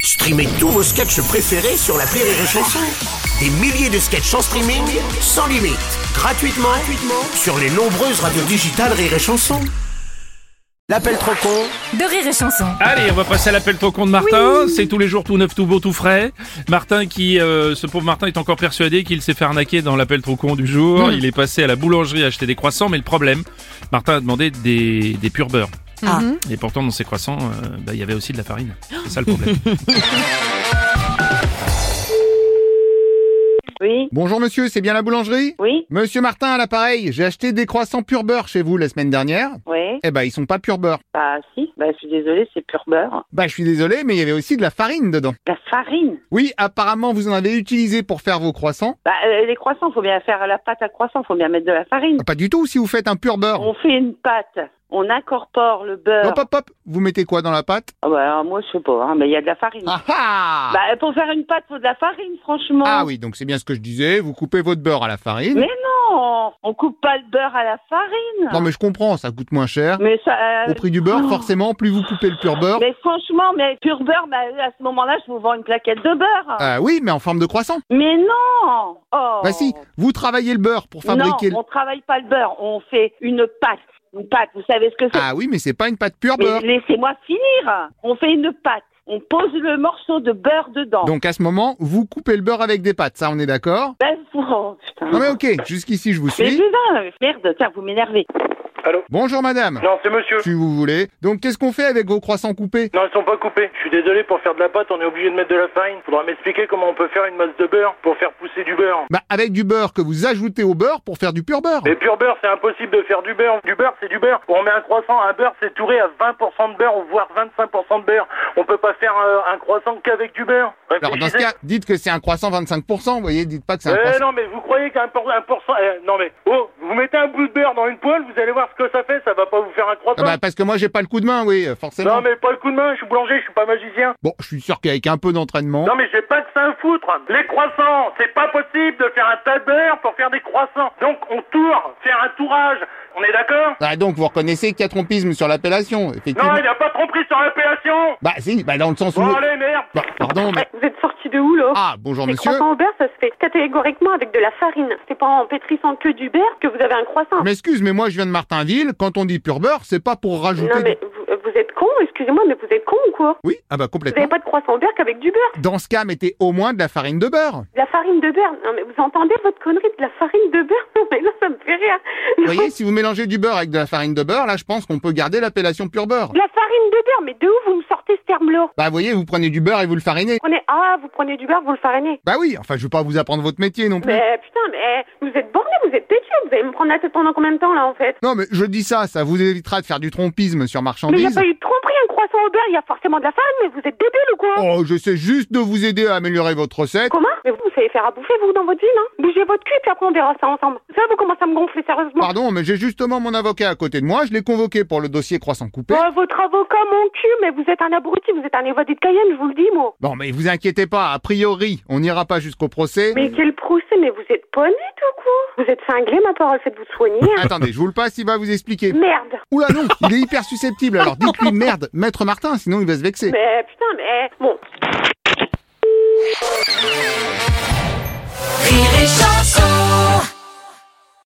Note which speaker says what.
Speaker 1: Streamez tous vos sketchs préférés sur la Rire et Chanson. Des milliers de sketchs en streaming, sans limite, gratuitement, gratuitement sur les nombreuses radios digitales Rire et Chanson. L'appel trop con
Speaker 2: de rire et chanson.
Speaker 3: Allez, on va passer à l'appel trop con de Martin. C'est tous les jours tout neuf, tout beau, tout frais. Martin qui, euh, ce pauvre Martin est encore persuadé qu'il s'est fait arnaquer dans l'appel trop con du jour. Il est passé à la boulangerie acheter des croissants, mais le problème, Martin a demandé des, des purs beurres.
Speaker 2: Ah.
Speaker 3: Et pourtant, dans ces croissants, euh, bah, il y avait aussi de la farine. C'est ça le problème.
Speaker 4: Oui,
Speaker 5: Bonjour monsieur, c'est bien la boulangerie
Speaker 4: oui,
Speaker 5: Monsieur Martin à l'appareil, j'ai acheté des croissants pur beurre chez vous la semaine dernière.
Speaker 4: oui.
Speaker 5: Eh ben ils sont pas pur beurre.
Speaker 4: Bah si, bah, je suis désolée, c'est pur beurre.
Speaker 5: Bah je suis désolé, mais il y avait aussi de la farine dedans.
Speaker 4: La farine.
Speaker 5: Oui, apparemment vous en avez utilisé pour faire vos croissants.
Speaker 4: Bah euh, les croissants, faut bien faire la pâte à croissant, faut bien mettre de la farine.
Speaker 5: Ah, Pas du tout si vous faites un pur beurre.
Speaker 4: On fait une pâte, on incorpore le beurre.
Speaker 5: Hop hop hop, vous mettez quoi dans la pâte
Speaker 4: Ah bah, alors, moi je sais pas, hein, mais il y a de la farine.
Speaker 5: Ah ah
Speaker 4: Bah pour faire une pâte, faut de la farine, franchement.
Speaker 5: Ah oui, donc c'est bien ce que je disais, vous coupez votre beurre à la farine.
Speaker 4: Mais non, on coupe pas le beurre à la farine.
Speaker 5: Non mais je comprends, ça coûte moins cher.
Speaker 4: Mais ça. euh,
Speaker 5: Au prix du beurre, forcément, plus vous coupez le pur beurre.
Speaker 4: Mais franchement, mais pur beurre, bah, à ce moment-là, je vous vends une plaquette de beurre.
Speaker 5: Ah oui, mais en forme de croissant.
Speaker 4: Mais non. Oh.
Speaker 5: Bah si, vous travaillez le beurre pour fabriquer le...
Speaker 4: Non, on travaille pas le beurre, on fait une pâte. Une pâte, vous savez ce que c'est
Speaker 5: Ah bah. oui, mais c'est pas une pâte pure
Speaker 4: Mais
Speaker 5: beurre.
Speaker 4: laissez-moi finir. On fait une pâte. On pose le morceau de beurre dedans.
Speaker 5: Donc à ce moment, vous coupez le beurre avec des pâtes, ça on est d'accord
Speaker 4: Ben, oh, putain.
Speaker 6: Mm.
Speaker 5: Non mais ok, jusqu'ici je vous
Speaker 4: Mais
Speaker 5: suis.
Speaker 4: putain, merde, tiens, vous m'énervez.
Speaker 5: Bonjour madame,
Speaker 6: Non, c'est monsieur.
Speaker 5: si vous voulez. Donc qu'est-ce qu'on fait avec vos croissants coupés
Speaker 6: Non, ils sont pas coupés. Je suis désolé, pour faire de la pâte, on est obligé de mettre de la farine. Faudra m'expliquer comment on peut faire une masse de beurre pour faire pousser du beurre.
Speaker 5: Bah avec du beurre que vous ajoutez au beurre pour faire du pur beurre.
Speaker 6: Mais pur beurre, c'est impossible de faire du beurre. Du beurre, c'est du beurre. On met un croissant, un beurre, c'est touré à 20% de beurre, voire 25% de beurre. On peut pas faire euh, un croissant qu'avec du beurre.
Speaker 5: Alors dans ce cas, dites que c'est un croissant 25%, vous voyez, dites pas que c'est un
Speaker 6: Eh
Speaker 5: croissant...
Speaker 6: non mais vous croyez qu'un pour, un pourcent eh, non mais oh vous mettez un bout de beurre dans une poêle vous allez voir ce que ça fait ça va pas vous faire un
Speaker 5: Ah
Speaker 6: croissant
Speaker 5: bah parce que moi j'ai pas le coup de main, oui, euh, forcément.
Speaker 6: non mais pas le coup de main je suis boulanger je suis pas magicien
Speaker 5: Bon, je suis sûr qu'avec un peu d'entraînement...
Speaker 6: Non mais j'ai pas que ça à foutre. Les croissants, c'est pas possible de faire un tas de beurre pour faire des croissants. Donc on tourne, faire un tourage. On est d'accord
Speaker 5: Ah donc vous reconnaissez qu'il y a trompisme sur l'appellation, effectivement.
Speaker 6: Non, il a pas compris sur l'appellation.
Speaker 5: Bah si, bah dans le sens où...
Speaker 6: Bon allez Oh. merde.
Speaker 5: Bah, pardon, mais...
Speaker 7: Ouais, Vous êtes sorti de où, là
Speaker 5: Ah, bonjour
Speaker 7: Les
Speaker 5: monsieur.
Speaker 7: croissants au beurre, ça se fait catégoriquement avec de la farine. C'est pas en pétrissant que du beurre que vous avez un croissant.
Speaker 5: Je m'excuse, mais moi je viens de Martinville. Quand on dit pur beurre, c'est pas pour rajouter.
Speaker 7: Non,
Speaker 5: du-
Speaker 7: mais vous, vous êtes con, excusez-moi, mais vous êtes con ou quoi
Speaker 5: Oui, ah bah
Speaker 7: Vous avez
Speaker 5: complètement.
Speaker 7: pas de croissant au beurre qu'avec du beurre.
Speaker 5: Dans ce cas, mettez au moins de la farine de beurre.
Speaker 7: De la farine de beurre. Non, mais vous entendez votre connerie de la farine de beurre Non, mais là, ça me fait rire.
Speaker 5: Vous
Speaker 7: Non,
Speaker 5: voyez, si vous mélangez du beurre avec de la farine de beurre, là je pense qu'on peut garder l'appellation pur beurre.
Speaker 7: de la farine de beurre, mais de où vous me sortez ce terme-là
Speaker 5: Bah vous voyez, vous prenez du beurre et vous le farinez.
Speaker 7: Vous prenez- Ah, vous prenez du beurre, vous le farinez.
Speaker 5: Bah oui, enfin je veux pas vous apprendre votre métier non plus.
Speaker 7: Mais putain, mais vous êtes borné, vous êtes têtu. Vous allez me prendre la tête pendant combien de temps, là, en fait
Speaker 5: Non mais je dis ça, ça vous évitera de faire du trompisme sur
Speaker 7: Mais il n'y a
Speaker 5: marchandises.
Speaker 7: pas eu de tromperie, un croissant au beurre, il y a forcément de la farine, mais vous êtes débile ou quoi
Speaker 5: Oh, je sais juste de vous aider à améliorer votre recette.
Speaker 7: Comment Mais vous, vous savez faire à bouffer, vous, dans votre vie, non Bougez votre cul, puis après, on verra ça ensemble. Ça, vous commencez à me gonfler, sérieusement.
Speaker 5: Pardon, mais j'ai justement mon avocat à côté de moi, je l'ai convoqué pour le dossier croissant coupé.
Speaker 7: Oh, votre avocat, mon cul, mais vous êtes un abruti, vous êtes un évadé de Cayenne, je vous le dis, moi.
Speaker 5: Bon, mais vous inquiétez pas, a priori, on n'ira pas jusqu'au procès.
Speaker 7: Mais quel procès, mais vous êtes pas net ou quoi Vous êtes cinglé, ma parole, faites-vous soigner. hein.
Speaker 5: Attendez, je vous le passe, il va vous expliquer.
Speaker 7: Merde
Speaker 5: Oula non, il est hyper susceptible, alors dites-lui merde, maître Martin, sinon il va se vexer.
Speaker 7: Mais putain, mais bon.